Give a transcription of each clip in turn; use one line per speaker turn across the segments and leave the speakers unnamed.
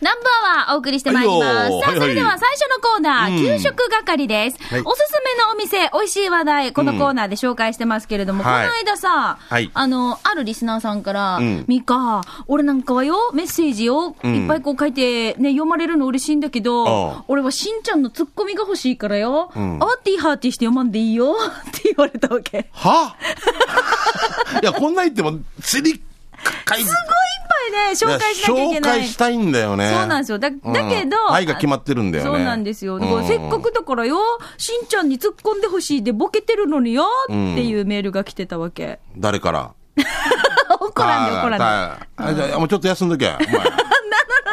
ナンバーはお送りしてまいります。さあ、
はいよはいはい
それでは最初のコーナー、
うん
給食係です、
はい
おすすめのお店、美味しい話題、このコーナーで紹介してますけれども、
うん
この
はい
間さ、
はい
あの、あるリスナーさんから、
うん
ミカ、俺なんかはよ、メッセージを、
ん
いっぱいこう書いて、ね、読まれるの嬉しいんだけ
あ
ど
あ、
俺はしんちゃんのツッコミが欲しいからよ、
ん
アーティーハーティーして読まんでいいよ、って言われたわけ。
は いや、こんな言っても、釣り、かす
いっぱいね、紹介しなきゃいけ
紹
ない。
介したいんだよね。
そうなんですよ。だ、だけど。
うん愛が決まってるんだよね。
そうなんですよ。だか
う
ら
ん
せっかくだからよ、しんちゃんに突っ込んでほしいでボケてるのによ、っていうメールが来てたわけ。
誰から
怒らんで怒らんで。
あああじゃあ、もうちょっと休んどけ。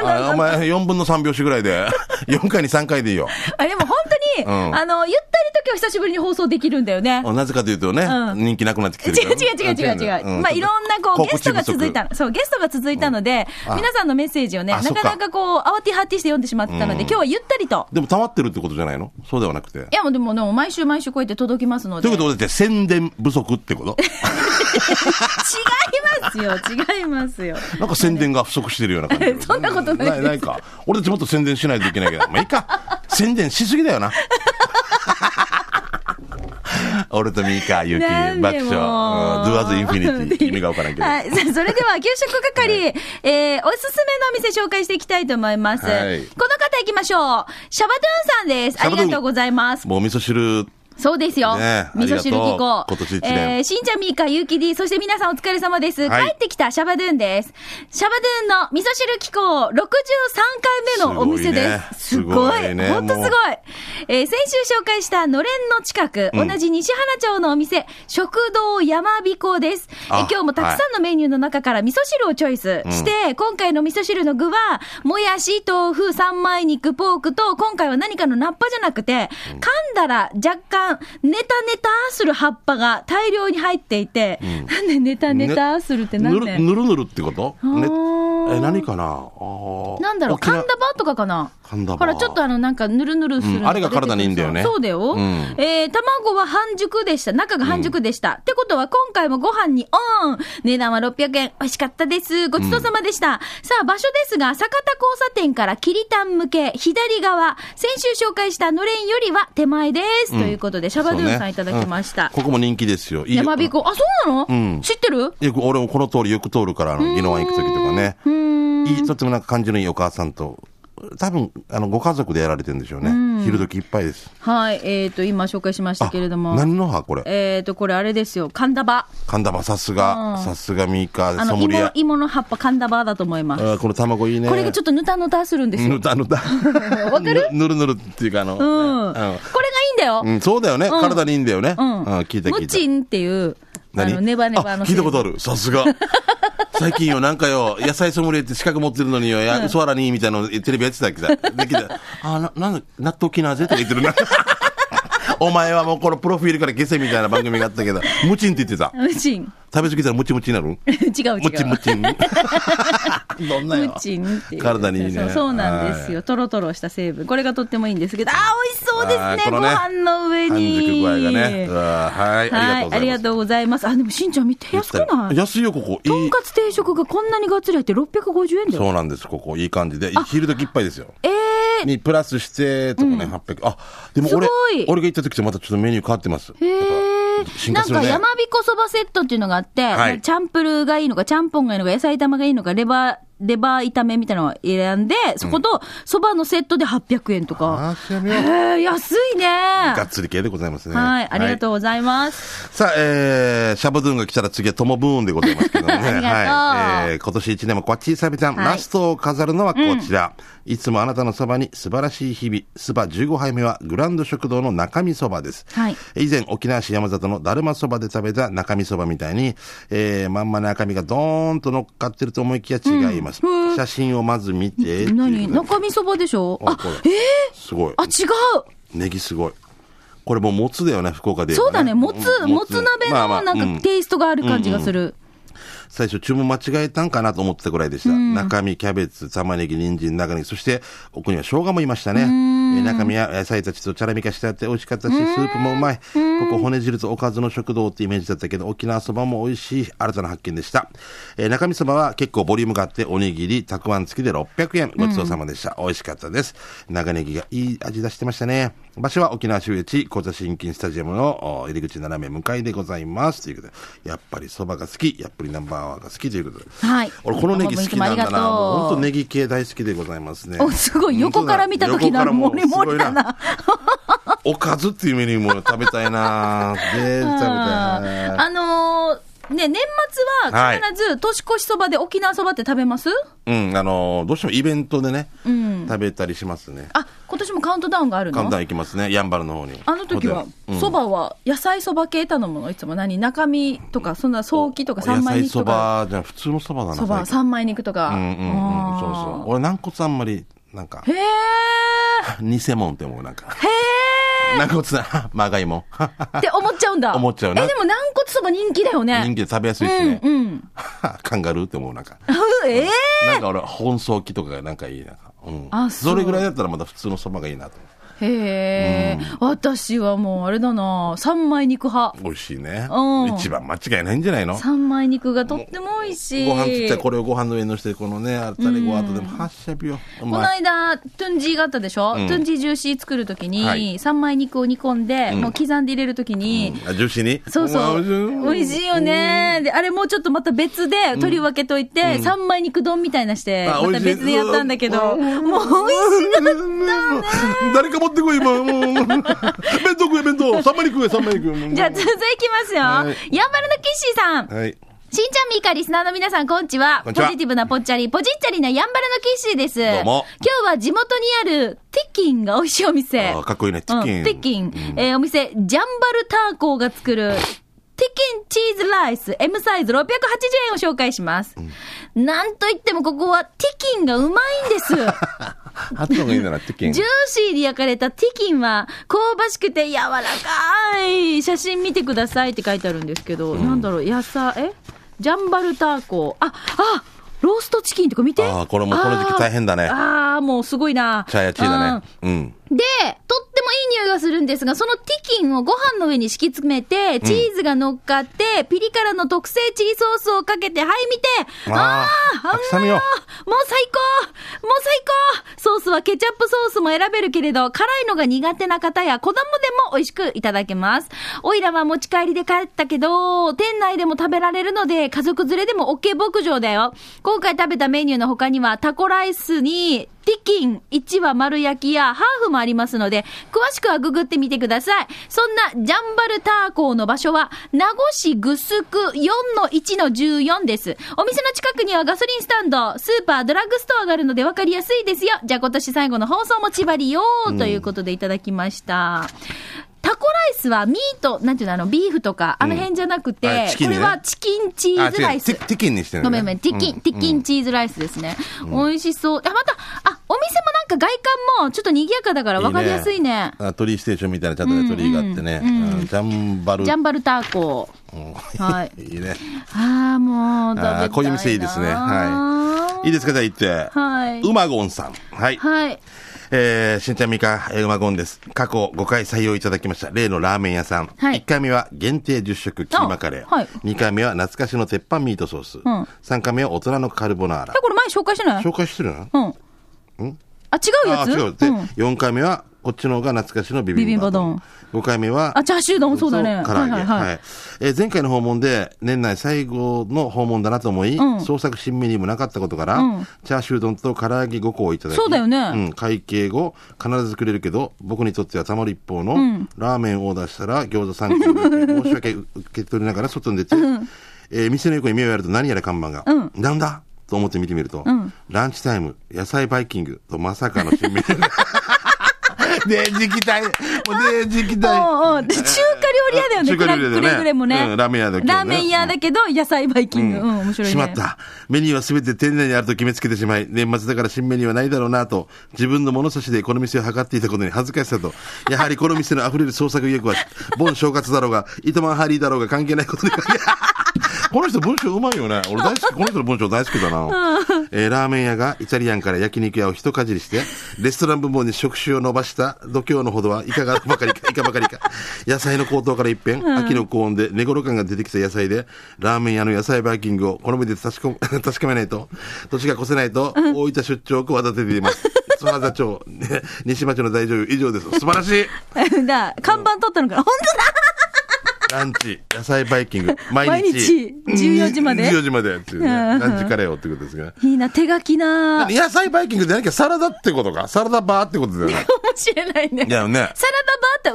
お前あお前、4分の3拍子ぐらいで、4回に3回でいいよ。
あ、でも本当に、
うん
あの、ゆったりと今日久しぶりに放送できるんだよね。
なぜかというとね、
うん
人気なくなってき
違
て
う
るから
違う違う違う違う。まあ、いろんなこう、ゲストが続いた。
ん
の。そう、ゲストが続いたので、
あ
皆さんのメッセージをね、
あ
な
そっ
か
か
なかこう、慌てはってして読んでしまってたので、今日はゆったりと。
でも溜まってるってことじゃないのそうではなくて。
いや、もうでも、でも毎週毎週こうやって届きますので。
ということはだって宣伝不足っ てこと
違いますよ、違いますよ。
なんか宣伝が不足してるような感じ
そんなことないです
ないないか俺たちもっと宣伝しないといけないけどまあいいか宣伝しすぎだ よな俺とミカ、ユキ、
なん
爆
で
笑、
も
うん、ドゥアズ・インフィ ニティ、意味がわからんけど。
はい。さあそれでは、給食係、えー、おすすめのお店紹介していきたいと思います。
はい
この方行きましょう。シャバドゥンさんです。あ
シャ
り
バドゥン
がとうございます。
もう味噌汁、
そうですよ。
ねえ
味噌汁機構
あ。りがとう今年一年
えー、しんちゃんみーか、ゆうきり、そして皆さんお疲れ様です。
はい
帰ってきたシャバドゥンです。シャバドゥンの味噌汁機構63回目のお店です。す
す
ご
ご
い,、
いねすごいね
ほんとすごい。
も
えー先週紹介したのれんの近く、
うん
同じ西原町のお店、食堂山彦です。えー
あ
今日もたくさんのメニューの中から味噌汁をチョイスして、今回の味噌汁の具は、もやし、豆腐、三枚肉、ポークと、今回は何かのナッパじゃなくて、噛んだら若干、ネタネタする葉っぱが大量に入っていて、なんでネタネタするってなん
ぬ
で、
るぬるぬるってこと
あ
ね
ー
え、何かなあー
なんだろう、
沖縄
カンダバとかかな
カンダバ
ほら、ちょっとあの、なんか、ぬるぬるするの
うんあれが体にいいんだよね
そうだよ。
うん
えー、卵は半熟でした。中が半熟でした。ってことは、今回もご飯にオン値段は600円。美味しかったです。ごちそうさまでした。さあ、場所ですが、坂田交差点から霧丹向け、左側、先週紹介したのれんよりは手前です。ということで、シャバドゥンさ
そうね
んいただきました
うん。ここも人気ですよ。いいよ
山彦、あ、そうなの、
うん
知ってる
よく俺もこの通りよく通るから、あの宜野湾行く時とかね。
うーん。
いい、とってもなんか感じのいいお母さんと、多分、あの、ご家族でやられてるんでしょうね。昼時いっぱいです。
はい、えっ、ー、と、今紹介しましたけれども。
何の葉これ。
えっ、ー、と、これあれですよ。神田場。
神田場、さす
う
が
ん、
さすがミーカ
あ
ー、ソ
の、
ムリ
芋
ア、。
芋の葉っぱ神田バーだと思います。
あこの卵いいね。
これがちょっとぬたぬたするんですよ。
ぬたぬた。
わかる
ぬぬるぬるっていうか、あの、
うん。これがい
ね
いんだよ
う。んうんそうだよね。体にいいんだよね。う
うんん。
聞いた聞
ム
いた。
チンっていう、あ
何
の、ネバネバの
あ聞いたことあ
る。
る。さ すが。最近よ、なんかよ、野菜ソムリエって資格持ってるのによ、や、ソアラに、みたいなのテレビやってたっけさ。できた。あ、な、なんだ、納豆きなぜとか言っ てるな。お前はもうこのプロフィールから消せみたいな番組があったけど、ムチンって言ってた。
ムチン。
食べ過ぎたらムチムチになる
違う違う。
ムチムチン。 どんなよ
ム。チンっていう。
体にいいね
そうそうなんですよ。トロトロした成分。これがとってもいいんですけど、あー、美味しそうです
あ
ね。
ーこ
ご
のね
飯の上
半
に。
熟具合がね。うわはい。
はい、あ
あ
り
り
が
がとうございます。
とうございます。あ、でもしんちゃん見て安くない。
安いよ、ここと
ん
いい。
かつ定食がこんなにがっつり入って650円だよ。
そうなんです、ここ。いい感じで。昼時いっぱいですよ。
えー、
にプラスしてとかね、800。あ、でも俺
すごい、
俺が行った時とまたちょっとメニュー変わってます。
へえ。
進
な
化
ん
する
か
ね
山彦そばセットっていうのがあって、
はい
チャンプルーがいいのか、ちゃんぽんがいいのか、野菜玉がいいのか、レバー、レバー炒めみたいなのを選んで、そことそばのセットで800円とか。
あー、調べよう。
へえ、安いね。
がっつり系でございますね。
はい、ありがとうございます。
はい。さあ、えー、シャブドゥンが来たら次はトモブーンでございますけどもね。
ありがとう
はい。えー、今年1年もこっちいさびちゃん、
はい
ラストを飾るのはこちら。いつもあなたのそばに素晴らしい日々。そば15杯目はグランド食堂の中身そばです。
はい
以前、沖縄市山里のだるまそばで食べた中身そばみたいに、えー、まんまの赤身がドーンと乗っかってると思いきや違いま
うん
す。
へー
写真をまず見て。
何中身そばでしょ
あ
あ
こ、
え
れ
ー、
すごい
あ、。違う
ネギすごい。これもうもつだよね、福岡で言え
そう
ば
だね、もつ、
うん
もつ鍋
まあまあ
のな
うん
かテイストがある感じがする。
最初注文間違えたんかなと思ってたぐらいでした。中身、キャベツ、玉ねぎ、人参、長ネギ、そして奥には生姜もいましたね。えー中身は野菜たちとチャラミ化してあって美味しかったし、スープもうまい。こここ骨汁とおかずの食堂ってイメージだったけど、沖縄そばも美味しい新たな発見でした。えー中身そばは結構ボリュームがあって、おにぎり、たくあん付きで600円。ごちそうさまでした。美味しかったです。長ネギがいい味出してましたね。場所は沖縄周遊地、小座新金スタジアムのお入り口斜め向かいでございます。ということで、やっぱりそばが好き、やっぱりナンバーワンが好きということで。
はい
俺このネギ好きな
ど
んだ
うもいつもありがと
な。
う
もう本当ネギ系大好きでございますね。
おすごい横から見た時の
本当だ
モリモリだな。
横からもうすごいなおかずっていうメニューも食べた いな。で、食べたいな。
あのーね、年末は必ず年越しそばで沖縄そばって食べます、
うん、あのーどうしてもイベントでね、
うん
食べたりしますね。
あ、今年もカウントダウンがあるの
簡単行きますね、やんばるの方に。
あの時は
ホテル、
そばは、野菜そば系頼むのいつも何中身とか、そんな早期とか
お
三枚
野菜
肉
そ
とか。
ばじゃ普通のそばだな。
そば、
最近
三枚肉とか。
うんうんうん、そう
あー
そう。俺軟骨あんまり、なんか、
へえ。
偽物って思う、なんか。
へ
軟骨な、まがいもん。
え。って思っちゃうんだ。
思っちゃうな
え、でも軟骨そば人気だよね。
人気で食べやすいしね
う。んうん。
カンガルーって思う、なんか。
ふ ええ。
なんか俺、本草木とかがなんかいい、なんか。うん
あそう
それぐらいだったらまだ普通のそばがいいなと。
へえ。私はもうあれだな。三枚肉派。
美味しいね
うん。
一番間違いないんじゃないの
三枚肉がとっても美味しい。
ご飯つってこれをご飯の上に乗せて、このね、あったりご飯とでも、はっしゃびよ。う
この
まい。
間、トゥンジーがあったでしょ、
ん
トゥンジージューシー作るとき
はい
に、三枚肉を煮込んで、もう刻んで入れるときに、
あ、ジューシーに
そうそう。
わ
美味しいよね。で、あれもうちょっとまた別で取り分けといて、三枚肉丼みたいなして、
あ
ま
美
た
味しい
別でやったんだけど、もう美味しい。
誰か持ってこい、今。もう弁当食え、弁当。三枚肉食え、三枚肉。
じゃあ続いていきますよ。やんば
は
るの
い
キッシーさん。
はい。
しんちゃんみーかリスナーの皆さん、こんにちは。
こんにちは
ポジティブなぽっちゃり、ポジッチャリなやんばるのキッシーです。
どうも
今日は地元にあるティッキンが美味しいお店。
あかっこいいね。チキ
う
ン。
ん、テキン、えーお店、ジャンバルターコーが作る、テキンチーズライス M サイズ680円を紹介します。なんといってもここはテキンがうまいん です。
あったのがいいんだな、チキン
ジュ。ーシーに焼かれたティキンは、香ばしくて柔らかい。写真見てくださいって書いてあるんですけど、なんだろう、野菜、えジャンバルターコー。あ、あローストチキンとか見て。
あーこれもうこの時期大変だね
あーあー、もうすごいな。
チャヤチーだね。うん。
で、とってもいい匂いがするんですが、そのティキンをご飯の上に敷き詰めて、チーズが乗っかって、ピリ辛の特製チリソースをかけて、はい、見てあ
あ
ー
ー
あ、
臭みよ
もう最高もう最高ソースはケチャップソースも選べるけれど、辛いのが苦手な方や子供でも美味しくいただけます。おいらは持ち帰りで帰ったけど、店内でも食べられるので、家族連れでも OK 牧場だよ。今回食べたメニューの他には、タコライスに、ティキン1羽丸焼きやハーフもありますので、詳しくはググってみてください。そんなジャンバルターコーの場所は、名護市ぐすく4-1-14です。お店の近くにはガソリンスタンド、スーパー、ドラッグストアがあるので分かりやすいですよ。じゃあ今年最後の放送もちばりよーということでいただきました。タコライスはミート、なんていうの、あの、ビーフとか、あの辺じゃなくて、
はいチキン
こ
ね
れはチキンチ
あ、
ーズラ
違
イ
う。
ス
チ。チキンにしてる
ご
の
め
ね。
んごめん、ティキン、ティキンチーズライスですね。美味しそう。あ、また、あ、お店もなんか外観もちょっと賑やかだから分かりやすいね。
あ鳥居ステーションみたいなちゃんとね鳥居があってね。うんジャンバル。
ジャンバルターコ
うん
はい
いいね。
ああ、もう、食べたいな
あーこういう店いいですねはいいいですか、じゃあ行って。
はい。
うまごんさん。はい。
はい。
えー、しんちゃんみか、えーうまごんです。過去5回採用いただきました、例のラーメン屋さん。
はい
1回目は限定10食キーマカレー。
あはい
2回目は懐かしの鉄板ミートソース。
ん
3回目は大人のカルボナーラ
え、。これ前紹介してない
紹介してるな
うん。あ、違うや
あ、
つ
違う。で、
ん
4回目は、こっちの方が懐かしのビ
ビ
ビ
ビ
ン
ンバ
バ
丼
丼。5回目は、
あ、チャーシュー丼もそうだね。
唐揚げ。はい
はい。
えー前回の訪問で、年内最後の訪問だなと思い、
ん
創作新メニューもなかったことから、
うん
チャーシュー丼と唐揚げ5個をいただき、
そうだよね
うん、会計後、必ずくれるけど、僕にとってはたまる一方の、ラーメンをオーダーしたら餃子3個、申し訳受け取りながら外に出て、えー店の横に目をやると何やら看板が、
うん
なんだと思って見てみると、ランチタイム、野菜バイキングとまさかの新メニ ュー。 ねえ、時期帯。もうねえ、時期
う
帯。
んうん。で中華料理屋だよね。
中華料理屋だよね
くれぐれもね。
うんラーメン屋だけどね
ラーメン屋だけど、野菜バイキング。うん、面白いね。
しまっ。た。メニューはすべて店内にあると決めつけてしまい、年末だから新メニューはないだろうなと、自分の物差しでこの店を測っていたことに恥ずかしさと、やはりこの店の溢れる創作意欲は、盆正月だろうが、糸満ハリーだろうが関係ないことに考 この人文章うまいよね。俺大好き、この人の文章大好きだな。えーラーメン屋がイタリアンから焼肉屋を一かじりして、レストラン部門に触手を伸ばした度胸のほどはいかがばかり か、いかばかりか。野菜の高騰から一変、秋の高温で寝頃感が出てきた野菜で、ラーメン屋の野菜バイキングを好みで確か 確かめないと、年が越せないと、大分出張を企てています。津和田町、 ね西町の大女優以上です。素晴らしい
だ、看板取ったのかな。本当だ
ランチ、野菜バイキング、毎
毎
日
日。14時まで
?14 時までっていうね。
うん
ランチカレーをってことですが。
いいな、手書きな。か
野菜バイキングじゃなきゃサラダってことか。サラダバーってことだよ ね。
もしれないね。
いやね。
サラダバーっ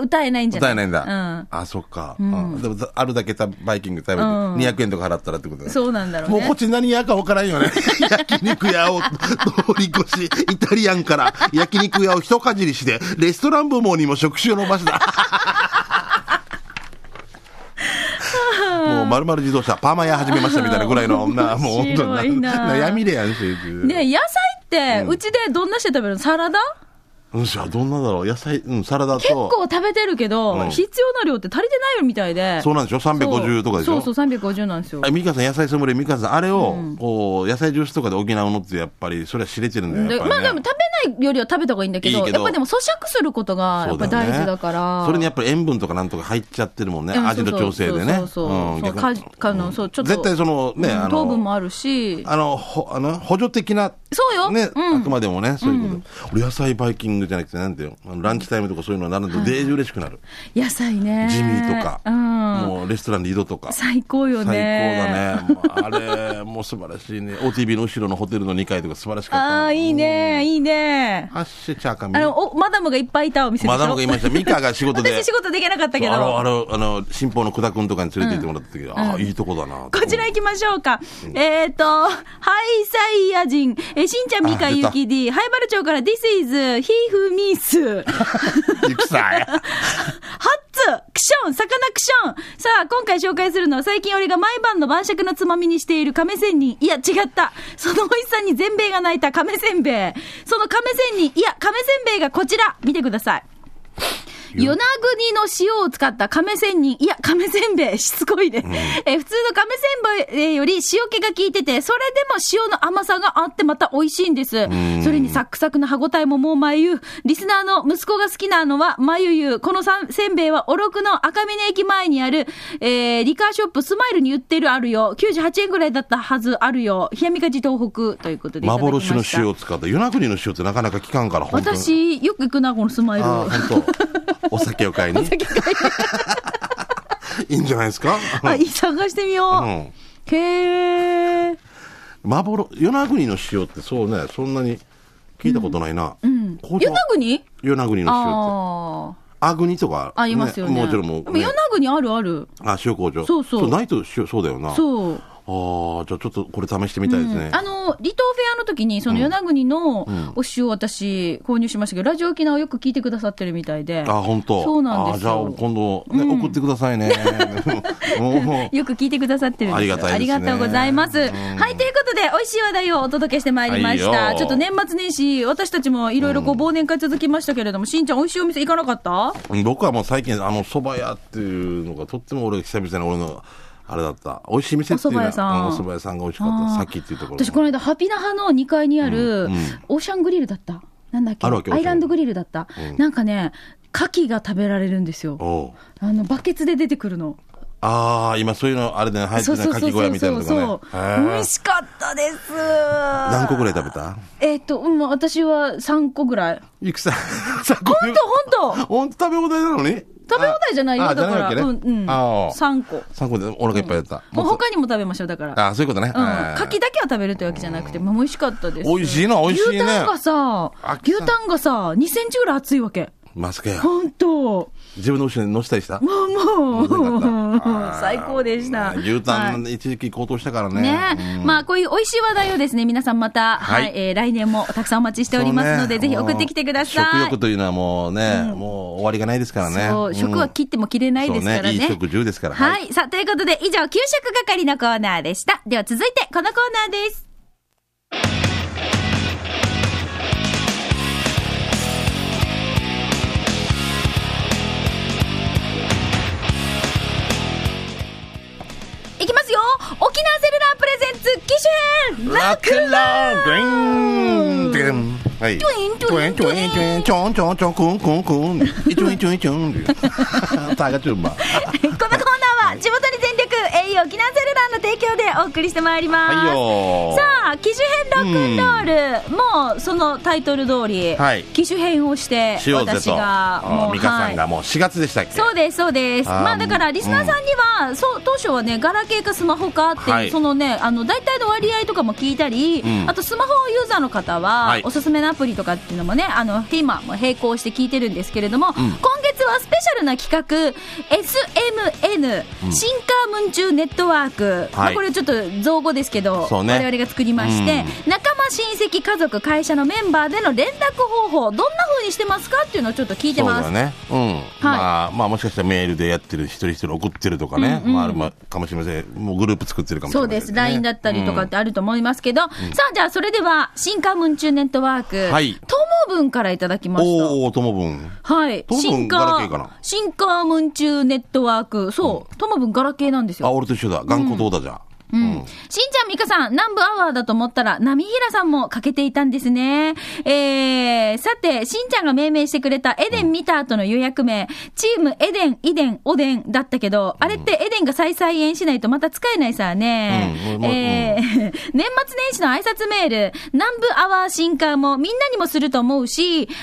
て歌えないんじゃな
答
い
えないんだ
う。
あ、そっか。あでも、あるだけたバイキング食べて、
ん
200円とか払ったらってことだ
ん。
よ
そうなんだろう
もう
ね。
こっち何屋か分からん よね。焼肉屋を通り越し、イタリアンから焼肉屋を一かじりして、レストラン部門にも食種を伸 ばした。もう丸々自動車、パーマ屋始めましたみたいなぐらいの、な、もう本当
面白いな
悩みでやんし。
ねえ野菜って、
うん
うちでどんなして食べるのサラダ
うん、じゃあどんなだろう野菜、うん、サラダ
結
と。
構食べてるけど、
うん
必要な量って足りてないみたいで。
そうなんでしょ ?350 とかでしょ
そうそう、350なんですよ
あ。美香さん、野菜ソムリエ、美香さん、あれを、こう、野菜ジュースとかで補うのって、やっぱり、それは知れてるんだよ、や
で
っぱり、ね。
まあでも食べないよりは食べた方がいいんだけど、
いいけど
やっぱでも咀嚼することがや
そ
っ
う
ぱ
だよ
大
ね
事だから。
それにやっぱり塩分とかなんとか入っちゃってるもんね。
うん
味の調整で
そ
ね。
うそうそう
うん
そう
逆
か
に
かのそうちょっと
絶対そのね、
うん
あ
糖分
の、
もあるし。
あの、ほあの補助的な、
そうよ
ね、
うん
あくまでもね、そういうこと。俺、野菜バイキングじゃなくて、なんていうのあのランチタイムとかそういうのになると、デージ嬉しくなる。
野菜ね。
ジミーとか、
うん。
もうレストランで井戸とか。
最高よ
最
ね。
高だね。もうあれ、もう素晴らしいね。OTB の後ろのホテルの2階とか素晴らしかったね。
ああ、いいね、いいね。
ハッシュチャーカミ
あ。の、お、マダムがいっぱいいたお店でしょ
マダムがいました。ミカが仕事で。
私仕事できなかったけど。
あの、あの、あの、新報の久田くんとかに連れて行ってもらった時、ああ、いいとこだな。
こちら行きましょうか。えっ、と、ハイサイヤ人、えーしんちゃん、みか
あ出
ゆ
た
き D、ハイバル町から This is ひふみす、ハッツ、
行くさい。
クション、魚クション。さあ、今回紹介するのは最近俺が毎晩の晩酌のつまみにしている亀仙人。いや、違った。 そのおいしさに全米が泣いた亀せんべい。その亀仙人、いや、亀せんべいがこちら。見てください。与那国の塩を使った亀仙人、いや、亀せんべ い、しつこいね。えー普通の亀せんべいより塩気が効いてて、それでも塩の甘さがあってまた美味しいんです。それにサックサクの歯ごたえももう眉。リスナーの息子が好きなのは眉ゆ。このさんせんべいはおろくの赤峰駅前にある、えーリカーショップスマイルに売ってるあるよ。98円ぐらいだったはずあるよ。冷やみかじ東北ということでいただきまし
幻
た。
の塩を使った。与那国の塩ってなかなか効かんから、本当に。
私、よく行くな、このスマイル。
あ あ、本当。お酒を買いに。いいんじゃないですか
あ、いい探してみよ
う
う。
ん。
へー。
幻、与那国の塩ってそうね、そんなに聞いたことないな。うん。
与那国
与那国の塩って。
あ
あぐにとか。
あ、ありますよね。
もちろんも
で
う
も
ね。
与那国あるある。
あ、塩工場。
そうそう
ないと塩、そうだよな。
そう。
ああ、じゃあちょっとこれ試してみたいですね。
あの、離島フェアの時に、その与那国のお塩を私購入しましたけど、ラジオ沖縄をよく聞いてくださってるみたいで。
あ、本当。
そうなんです
あ
よ
じゃあ今度、ね送ってくださいね。 も
よく聞いてくださってるんですよ
ありがたいですね
ありがとうございます。はい、ということで、美味しい話題をお届けしてまいりまし
はい
た。
よ
ちょっと年末年始、私たちもいろいろこう忘年会続きましたけれども、しんちゃん、美味しいお店行かなかった
う僕はもう最近、あの、蕎麦屋っていうのがとっても俺久々に俺の、あれだった。美味しい店っていうのは
お蕎麦屋さん
うんお蕎麦屋さんが美味しかった。さっきっていうところ。
私この間ハピナハの2階にある
うんうん
オーシャングリルだったなんだっけ
あるわけ
アイランドグリルだった、なんかね牡蠣が食べられるんですよ
おう
あのバケツで出てくるの
ああ、今そういうの、あれでね、入って
そ
る
う
ね、
そう
か
そう
き小
そ
屋
う
みたい
そ
な
う
とかね
そう。美
へー
味しかったです
何
何
個ぐらい食べた
えっ、と、うん、私は3個ぐらい
いくさん、さ本
ほんとほんと
本当食べ放題なのに
食べ放題じゃないよ
あ
だか
あ
ら、
じゃな
うん
いわけ
う
ね
ん
ああ
3個
3個でお腹いっぱいやった。
もう
もっと
他にも食べましょうだから
あそういうことね。
うん、
はい
牡蠣だけは食べるというわけじゃなくて、もう美味しかったです
美味しいな美味しい
牛
ね
タンがさ
あきさん
牛タンがさ2センチぐらい厚いわけ
マスクや。
本当
自分の後ろに乗せたりした
もうも
よ
う
かっ た
最高でした。
牛タ
は
ン、
い
一時期高騰したからね。
ね
うん
まあ、こういう美味しい話題をですね、皆さんまた、
は
はいい、えー来年もたくさんお待ちしておりますので、
そうね
ぜひ送ってきてください。
もう食欲というのはもうね、もう終わりがないですからね。
そう、食は切っても切れないですから
そう
ね。
ねいい食10ですから
はい。
は
さあ、ということで、以上、給食係のコーナーでした。では続いて、このコーナーです。いきますよ沖縄
ックンロールグイーンってはい。
トゥイントゥイン
トゥイントゥインチョンチョンチョンクンクンクンチョンチョンチョンチョン大家准吧。
このコーナーは地元に全力栄養沖縄セルラーの提供でお送りしてまいります、
はいよ
さあ機種編ロックンロール、もうそのタイトル通り、
はい
機種編をして
しようぜ
私
と。
が
あ
もう
美香さ
は
ん
い
がもう4月でしたっけ
そうですそうです
あー
まあだからリスナーさんには、そう当初はねガラケーかスマホかっていう、
はい
そのねあの大体の割合とかも聞いたり、
うん
あとスマホユーザーの方は、
はい
おすすめのアプリとかっていうのもねあの今も並行して聞いてるんですけれども、今月はスペシャルな企画 SMN、新カームン中ネットワーク、まあ、これちょっと造語ですけど、
そうね
我々が作りまして、仲間親戚家族会社のメンバーでの連絡方法どんな風にしてますかっていうのをちょっと聞いて
そう
ます
だね。うん。まあ、まあ、もしかしたらメールでやってる一人一人送ってるとかね。まあ、あるまかもしれません。もうグループ作ってるかもしれ
そう
ません
で
ね。
す、LINE だったりとかってあると思いますけど、さあ、じゃあ、それでは、新カームン中ネットワーク、
はい
トモブンからいただきまし
おーおー、ともぶん。
た。はい、
トモブン
新
ガラ
カ
ケーかな
新カームン中ネットワーク、そう、トモブンガラケーなんです
あ、
よ。
俺と一緒だ。頑固どうだじゃ。うん。
しんちゃん、みかさん、南部アワーだと思ったら、波平さんも欠けていたんですね。えー、さて、しんちゃんが命名してくれたエデン見た後の予約名、チームエデン、イデン、オデンだったけど、あれってエデンが再々延しないとまた使えないさね。
うんまあ
えー 年末年始の挨拶メール、南部アワー新刊もみんなにもすると思うし、来年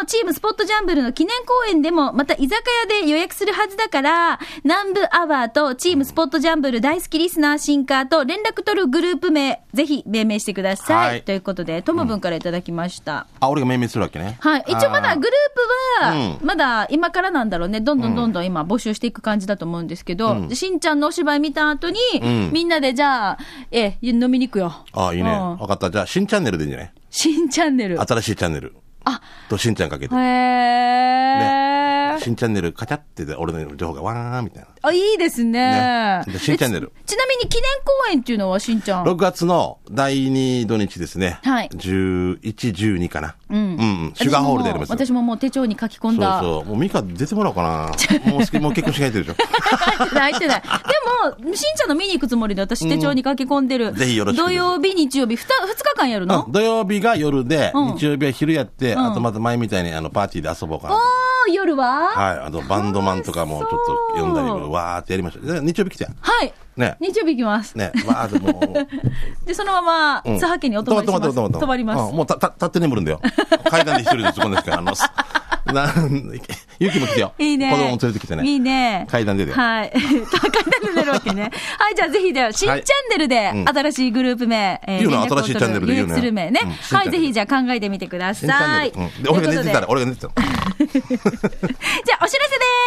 のチームスポットジャンブルの記念公演でも、また居酒屋で予約するはずだから、南部アワーとチームスポットジャンブル大好きリスナー新刊と連絡取るグループ名、ぜひ命名してください。
はい
ということで、トム分からいただきました。
あ、俺が命名するわけね。
はい。一応まだグループは、
う
まだ今からなんだろうね。どんどんどんどん今募集していく感じだと思うんですけど、しんちゃんのお芝居見た後に、
ん
みんなでじゃあ、ええ、飲みに行くよ。
ああ、いいね。
うん
わかった。じゃあ、新チャンネルでいいんじゃない
新チャンネル。
新しいチャンネル。
あ、
と、新ちゃんかけて
へ。え、
新チャンネル、カチャってで、俺の情報がわーんみたいな。
あ、いいですね。
ねで新チャンネル
えち。ちなみに記念公演っていうのはしんちゃん。
6月の第2土日ですね。
はい
11、12かな。うんうん。シュガーホールでやります。
私ももう手帳に書き込ん
そう
だ。
そう。もうミカ出てもらおうか な。もうすき、もう結婚式入ってるでしょ。
入ってない、入ってない。でも、しんちゃんの見に行くつもりで私手帳に書き込んでる。
ぜひよろしく
土曜日、日曜日、ふた二日間やるの、
うん土曜日が夜で、
うん
日曜日は昼やって、
ん
あとまた前みたいにあのパーティーで遊ぼうかな。
おー、夜は
はい。あとバンドマンとかもちょっと呼んだり、
楽しそう
わーってやりましょう。で日曜日来て。
はい。
ね。
日曜日行きます。
ね。わーってもう。
で、そのまま、
うん
佐波家にお泊まりします。
泊まって泊まって泊まって
泊まります。
うんもうた、た、立って眠るんだよ。階段で一人で突っ込んでるから、あの、す なん、ゆきも来てよ。
いいね。
子供も連れてきて
い
ね。
いね。
階段でだよ
はい。 階段で出るわけね。はい、じゃあぜひでは、新チャンネルで
うん
新しいグループ名、え
いいよな
連絡を
新しいチャンネルでいいよね
取る予約する名ね
うん。新チャン
は
ネ
い、
ル
ぜひじゃあ考えてみてくだ
新チャン
さ
ネ
い。
ルうんで、俺が寝てたら、
ということで
俺が寝てたら。
じゃあお知らせで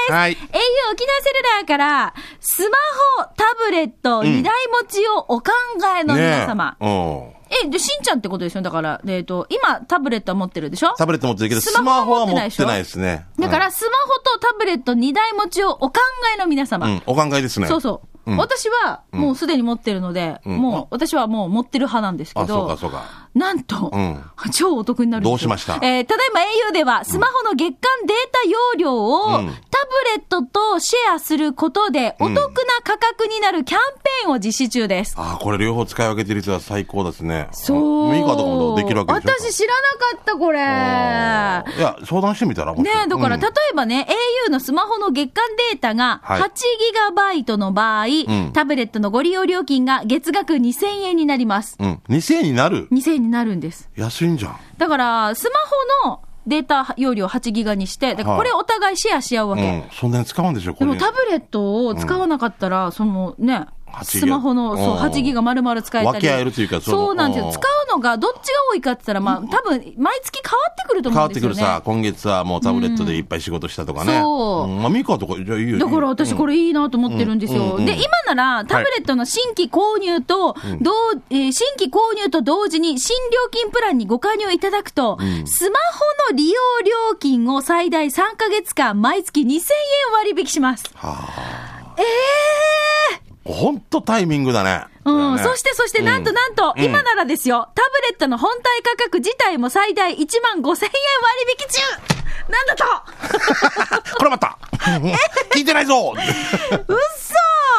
す。
はい
au 沖縄セルラーから、スマホ、タブレット、
ん
二台持ちをお考えの皆様。
ねえうん。
え、で、しんちゃんってことですよ。だから、えっ、と、今、タブレットは持ってるでしょ
タブレット持ってるけど、
ス
ス
マ
マ
ホ
ホ
は
は
持
持
ってないで
っ
しょ
てないですね。
だか
う
ら、
ん、
スマホとタブレット二台持ちをお考えの皆様。
うん、お考えですね。
そうそう、
うん
私はもうすでに持ってるので、
ん
もう私はもう持ってる派なんですけ
あ、そ
ど
うか、、そうか。
なんと、
うん
超お得になるんですよ
どうしました
えーただいま au では、スマホの月間データ容量を、
うん
タブレットとシェアすることで、お得な価格になるキャンペーンを実施中です。
あ、これ両方使い分けてる人は最高ですね。
そう。
ミカとかもできるわけでしょ。
私知らなかった、これ。
あーいや、相談してみたらもし
ねえ、だから、
うん
例えばね、au のスマホの月間データが
はい
8ギガバイトの場合、
ん
タブレットのご利用料金が月額2000円になります。
うん。2000円になる
2000円になるんです。
安いんじゃん。
だから、スマホのデータ容量8ギガにして、だからこれお互いシェアし合うわ
う
け。
ん。そんなに使うんでしょ、こ
で
れ。
もタブレットを使わなかったら、そのね、
8ギ
ス
ガ
マホのそう
うん
8ギガ丸々使えたり。
分け合えるというか
そ
そうの
なんです
う
よ。
ん
使うのがどっちが多いかって言ったら、まあ、多分、毎月変わってくると
変
思う
わ
ん
っ
で
て
すよ
く
ね。
るさ、今月はもうタブレットでいっぱい仕事したとかね。
うんそう
うんまあ、ミカとか、じゃあいいよ。
だから私こ
れ。
れいいなと思ってるんですよ。
うんうんうん
で、今ならタブレットの新規購入と、同えー新規購入と同時に新料金プランにご加入いただくと、スマホの利用料金を最大3ヶ月間毎月2000円割引します。
ほんとタイミングだね。
うん、
だね
そして、そして、なんとなんと、
うん
今ならですよ、タブレットの本体価格自体も最大1万5000円割引中なんだと
これ また聞いてないぞ
うっ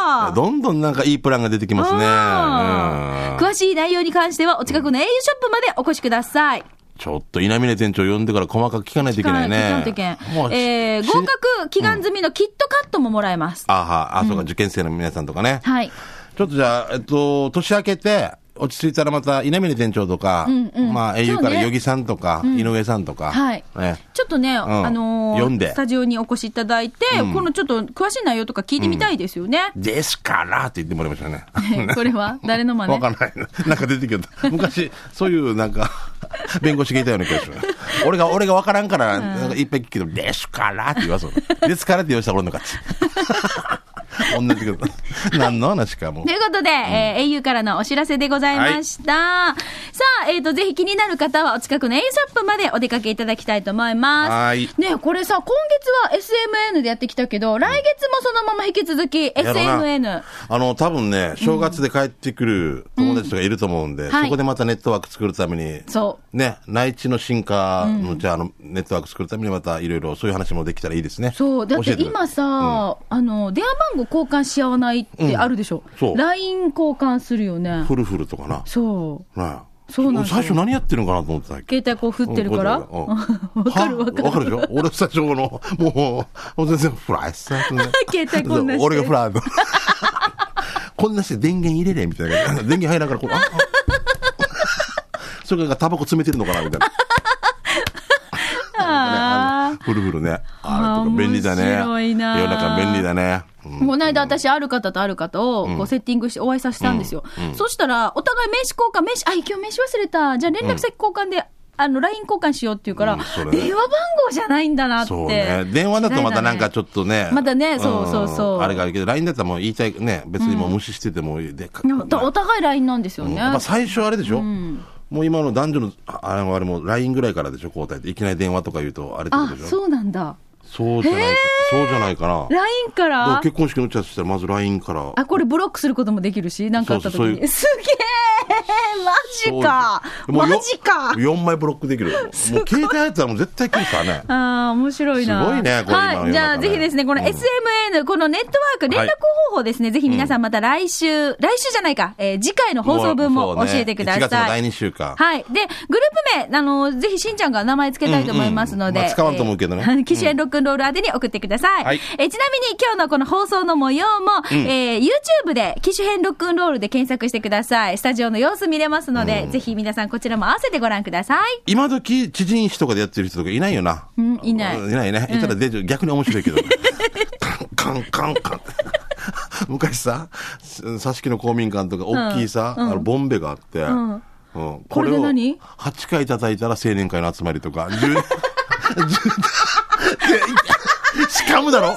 そ
どんどんなんかいいプランが出てきますね。うん
詳しい内容に関しては、お近くの au ショップまでお越しください。
ちょっと稲峰店長呼んでから細かく聞かないといけないね。
基本的に
もう
えー
し
合格祈願済みのキットカットももらえます。
あは、あ、そうか、受験生の皆さんとかね。
はい。
ちょっとじゃあ、えっと、年明けて、落ち着いたらまた稲峰店長とか、まあ、英雄か
そう
ら
ね
よぎさんとか、井上さんとか、
はい
ね
ちょっとね、あのー
読んで
スタジオにお越しいただいて、このちょっと詳しい内容とか聞いてみたいですよね。
ですからって言ってもらいまし たね。
これは誰の真
わ
似
かんない。なんか出てきよった。昔、そういうなんか、 弁護士がいたような気がします。俺が、俺がわからんから、なんかいっぱい聞くけど、ですからって言わそう。ですからって言わしたら俺の勝ち。 同じこと。何の話かもう
と。いうことで、えー au からのお知らせでございました。さあ、えっ、と、ぜひ気になる方はお近くの au ショップまでお出かけいただきたいと思います。
はい
ねえこれさ、今月は SMN でやってきたけど、来月もそのまま引き続き
やろな
SMN。
あの、多分ね、正月で帰ってくる友達とかいると思うんで、
ん
そ
はい
こでまたネットワーク作るために、
そう。
ね、内地の進化の、じゃあ、あの、ネットワーク作るためにまたいろいろそういう話もできたらいいですね。
そう、だっ
教
て
えくれ
今さ、あの、電話番号交換し合わないってあるでしょ。
んそう
LINE 交換するよね。
フルフルとかな。
そう。
ね
そうなんですよ
最初何やってるのかなと思ってたっけ
携帯こう振ってるから。
うん
わかるわかる。
はわかるでしょ俺最初の、もう、もう全然フライス。
携帯こんなして
俺がフライド。 こんなして電源入れれみたいな。電源入らんから、こう、ああ それからタバコ詰めてるのかなみたいな。
あ
ふるふるね。あれとか便利だね。
面白いな
世の中便利だね。うん
ーこの間私、ある方とある方をこうセッティングしてお会いさせたんですよ。そしたら、お互い名刺交換、名刺、あ、今日名刺忘れた。じゃあ連絡先交換で、あの、LINE 交換しようっていうから、
うんそれね
電話番号じゃないんだなって。
そうね。電話だとまたなんかちょっとね。
まだねそうそうそうん
あれがあるけど、LINE だったらもう言いたい、ね、別にもう無視しててもいいで、か
でもお互い LINE なんですよ
うん
ね。
やっぱ最初あれでしょ、もう今の男女の、ああれもあれも LINE ぐらいからでしょ、交代で。いきなり電話とか言うと、あれってこと
あ
で、しょ
そうなんだ。
そうじゃないか、そうじゃないかな。で
LINE から
も結婚式の打ち合わせしたら、まず LINE から。
あ、これブロックすることもできるし、なんかあった時
そうそうそうい
に。
う
すげえマジか
もう
マ
よ
ジかあ
4枚ブロッ クできる。もう携帯やったらもう絶対来るからね。
あー、面白いな。
すごいねこれ今の世
は
の中ね
い。じゃあ、ぜひですね、この
うん
SMN、このネットワーク、連絡方法ですね、ぜひ皆さんまた来週、来週じゃないか、えー次回の放送分も
うそうね
教えてくだ
1月の
さ
第
い。
2週か。
はい。で、グループ名、あの、ぜひしんちゃんが名前つけたいと思いますので。
うんうんまあ使わんと思うけどね
えー機種編ロックンロール宛てに送ってください。
はい
えーちなみに今日のこの放送の模様も、えー YouTube で機種編ロックンロールで検索してください。スタジオの様子見れますので、ぜひ皆さんこちらも合わせてご覧ください。
今時、知人誌とかでやってる人とかいないよな。
うんいない
いないね。いたら出る、逆に面白 いけど。カンカンカンカン。昔さ、さしきの公民館とか、大きいさ、あの、ボンベがあって、
ん
うん
これで何
?8 回叩いたら青年会の集まりとか、10 10 しかもだろい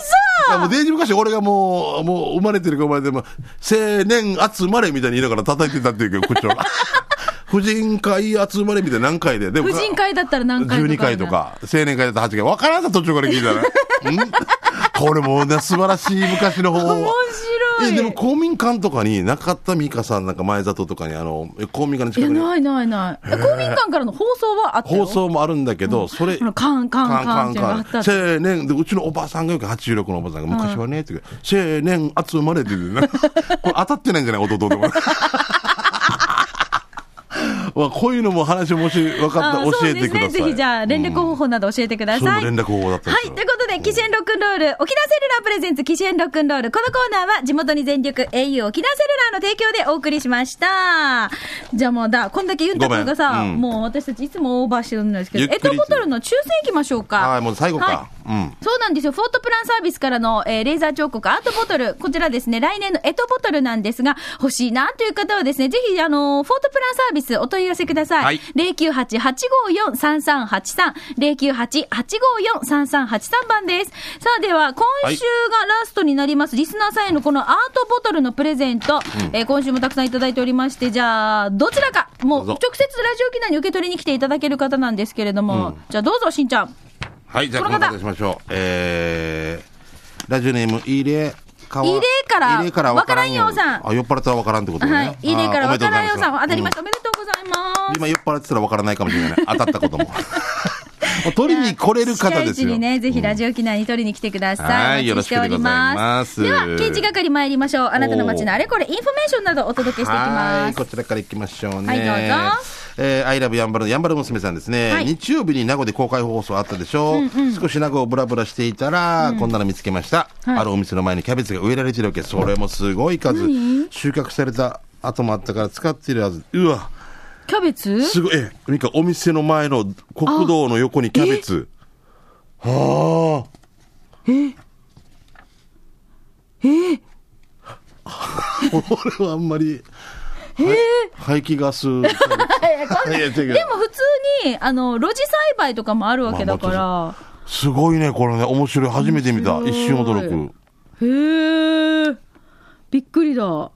やもうデージ昔俺がもう、もう生まれてるか生まれても、青年集まれみたいに言いながら叩いてたっていうけど、こっ ちは。婦人会集まれみたいな何回で。でも
婦人会だったら何回とか。
12回と。か、青年会だったら8回。わからんさ、途中から聞 いたら。んこれもね、素晴らしい昔の方
面
法。
白い。
えでも公民館とかに、中田美香さんなんか前里とかに、あの、え公民館の
い
近
や、
くに
ないないない。公民館からの放送はあったよ
放送もあるんだけど、それ、
あのカンカンカンっていうのがあったって
青年、で、うちのおばさんがよく86のおばさんが、昔はね、って言うけど青年集まれって言う てねこれ当たってないんじゃない弟でも。まあこういうのも話もし分かった
あ
ら
ー
教えてくださ
そうですね。
い。
ぜひじゃあ、連絡
うん
方法など教えてくだ
それ
さ
も
い。
連絡方法だったん
は
で
い。
すよ
ということで、キシエンロックンロール、沖縄セルラープレゼンツ、キシエンロックンロール。このコーナーは、地元に全力、au 沖縄セルラーの提供でお送りしました。じゃあもうだ、こんだけユンタ君がさ、
ごめんうん
もう私たちいつもオーバーしてるんですけ
ゆっ
ど、
く
エ
りと
トボトルの抽選行きましょうか。
はいもう最後か
はい
うん
そうなんですよ。フォートプランサービスからの、えーレーザー彫刻アートボトル。こちらですね、来年のエトボトルなんですが、欲しいなという方はですね、ぜひ、あのーフォートプランサービスお問い合わせください。
はい
098-854-3383。098-854-3383番です。さあ、では、今週がラストになります。リスナーさんへのこのアートボトルのプレゼント、えー今週もたくさんいただいておりまして、じゃあ、どちらか、もう、
ど
直
うぞ
接ラジオ機内に受け取りに来ていただける方なんですけれども、じゃあ、どうぞ、しんちゃん。
はい、じゃあ、
こ
こ
の
の
方
方しましょう。えー、ラジオネーム、入れかわ、
入れから
入れからわからんよ
わからんよさん
あ、酔っ払ったらわからんってことね。
はい。いいねから
あー
わからんよさん。当たりまし。
おめでとうございま
た。
す
おめでとうございま
今酔っ払ってたらわからないかもしれない。当たったことも。もう取りに来れる方
近
です
いうち
よ。
にね、ぜひラジオ機内に取りに来てください。
はい
お待ちておで
よろしくでござい
は
ます、
刑事係参りましょう。あなたの街のあれこれ、インフォメーションなどお届けしていき
は
ま
い、
す
こ。ちらから行きましょうね。
はいどうぞ
えー、アイラブやんばるのやんばる娘さんですね、
はい
日曜日に名護で公開放送あったでしょう、少し名護をブラブラしていたら、こんなの見つけました、
はい
あるお店の前にキャベツが植えられてるわけ。それもすごい数。収穫された後もあったから使ってるはず。うわ、
キャベツ
すごい。え、何かお店の前の国道の横にキャベツ。はあ。ええ 俺はあんまり。え排気 ガス。い
えこ んな
や違う
でも普通に、あの、露地栽培とかもあるわけだから。
すごいね、これね。面白い。初めて見た。
面
一
白い
瞬驚く。
へえ、びっくりだ。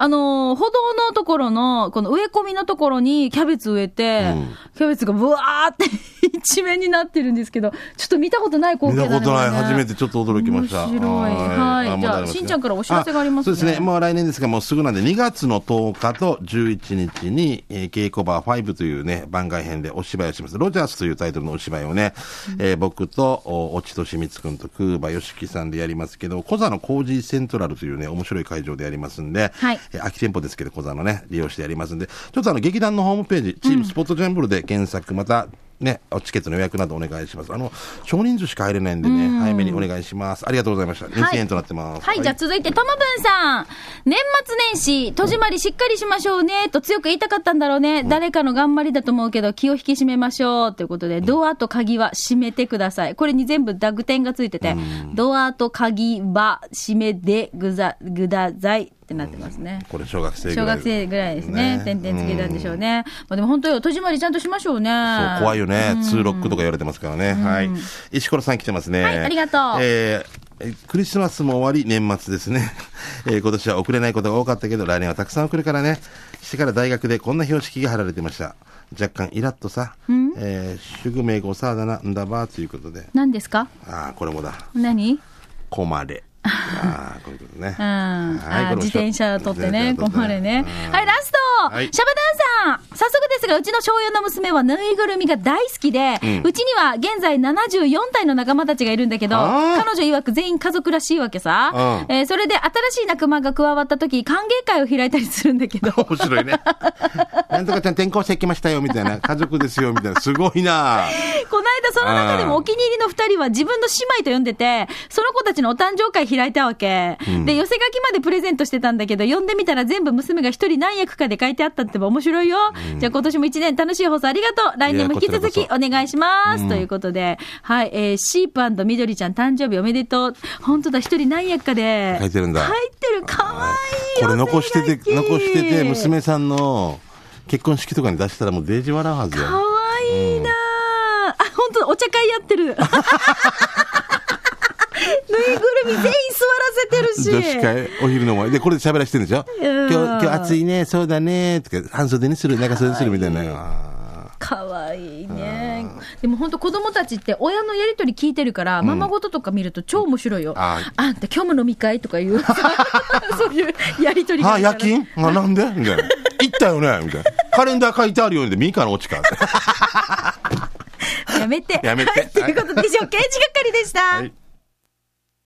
あのー歩道のところの、この植え込みのところにキャベツ植えて、
うん
キャベツがブワーって 一面になってるんですけど、ちょっと見たことない光
見
景だ
た
ね。
ことない。
これね
初めてちょっと驚きました。
面白い。はい。
あ
じ
まだ
ゃあ、
りますね
しんちゃんからお知らせがあります
そう
ね。
ですね。もう来年ですが、もうすぐなんで、2月の10日と11日に、えー、稽古場5というね、番外編でお芝居をします。ロジャースというタイトルのお芝居をね、えー僕と、お落としみつくんと空馬よしきさんでやりますけど、コザのコージーセントラルというね、面白い会場でやりますんで、
はい
えー空き店舗ですけど、コザのね、利用してやりますんで、ちょっとあの、劇団のホームページ、チームスポットジャンブルで検索、また、ね、チケットの予約などお願いします。あの、少人数しか入れないんでね、早めにお願いします。ありがとうございました。2000円となってます。
はい、じゃあ続いて、ともぶんさん。年末年始、戸締まりしっかりしましょうね、と強く言いたかったんだろうね。誰かの頑張りだと思うけど、気を引き締めましょう。ということで、ドアと鍵は閉めてください。これに全部濁点がついてて、ドアと鍵は閉めでぐざ、ぐだざいってなってますね。
これ小学生ぐら
小
い
学生ぐらいですね。点々つけたんでしょうね。まあでも本当よ、戸締まりちゃんとしましょうね。
そう怖いよね、ツーロックとか言われてますからね、はい石ころさん来てますね
はいありがとう
えーえクリスマスも終わり、年末ですね。 えー今年は遅れないことが多かったけど、来年はたくさん遅れからね。してから大学でこんな標識が貼られてました。若干イラッとさ、えー、シュグメゴサーダナンダバーということで。
何ですか
ああ、これもだ。
何
コ マレ。ああ、こういうことね。
うん、あ
これ
ー
も
自転車取ってね、
自転車取
困るね。はい、ラスト、
はい
シャバダンさん早速ですが、うちの小4の娘はぬいぐるみが大好きで、うちには現在74体の仲間たちがいるんだけど、
あー
彼女曰く全員家族らしいわけさ。
うん
えーそれで新しい仲間が加わった時、歓迎会を開いたりするんだけ ど、
面白いね。 なんとかちゃん転校してきましたよ、みたいな。家族ですよ、みたいな。すごいな。
この間、その中でもお気に入りの二人は自分の姉妹と呼んでて、その子たちのお誕生会開いたわけ。で、寄せ書きまでプレゼントしてたんだけど、呼んでみたら全部娘が一人何役かで書いてあったってば面白いよ。じゃあ今年も一年楽しい放送ありがとう。来年も引き続き
いやこちらこそ
お願いします。ということで、はい、えー、シープみどりちゃん誕生日おめでとう。本当だ、一人何役かで。
書いてるんだ
書いてる、かわいい。
これ残して
お手書き
て、残してて、。娘さんの結婚式とかに出したらもうデージ笑うはず
か
よ。
わいいなあ、あ、本当だお茶会やって る。ぬいぐるみ全員座らせて
女
るし。
子会、お昼の前。で、これで喋らせてるんでしょ
うん
今日、今日暑いね、そうだね、とか、半袖にする、長袖にするみたいな。あ
かわいいね。でも本当子供たちって親のやりとり聞いてるから、ままごととか見ると超面白いよ。あ
あ
んた今日も飲み会とか いう、そういうやりとり
ー
が
あ、
あるから
夜勤あ、なんでみたいな。行ったよねみたいな。カレンダー書いてあるようにで、ミカの オチか。
やめて。
やめて
はいということで、以上、刑事係でした。
い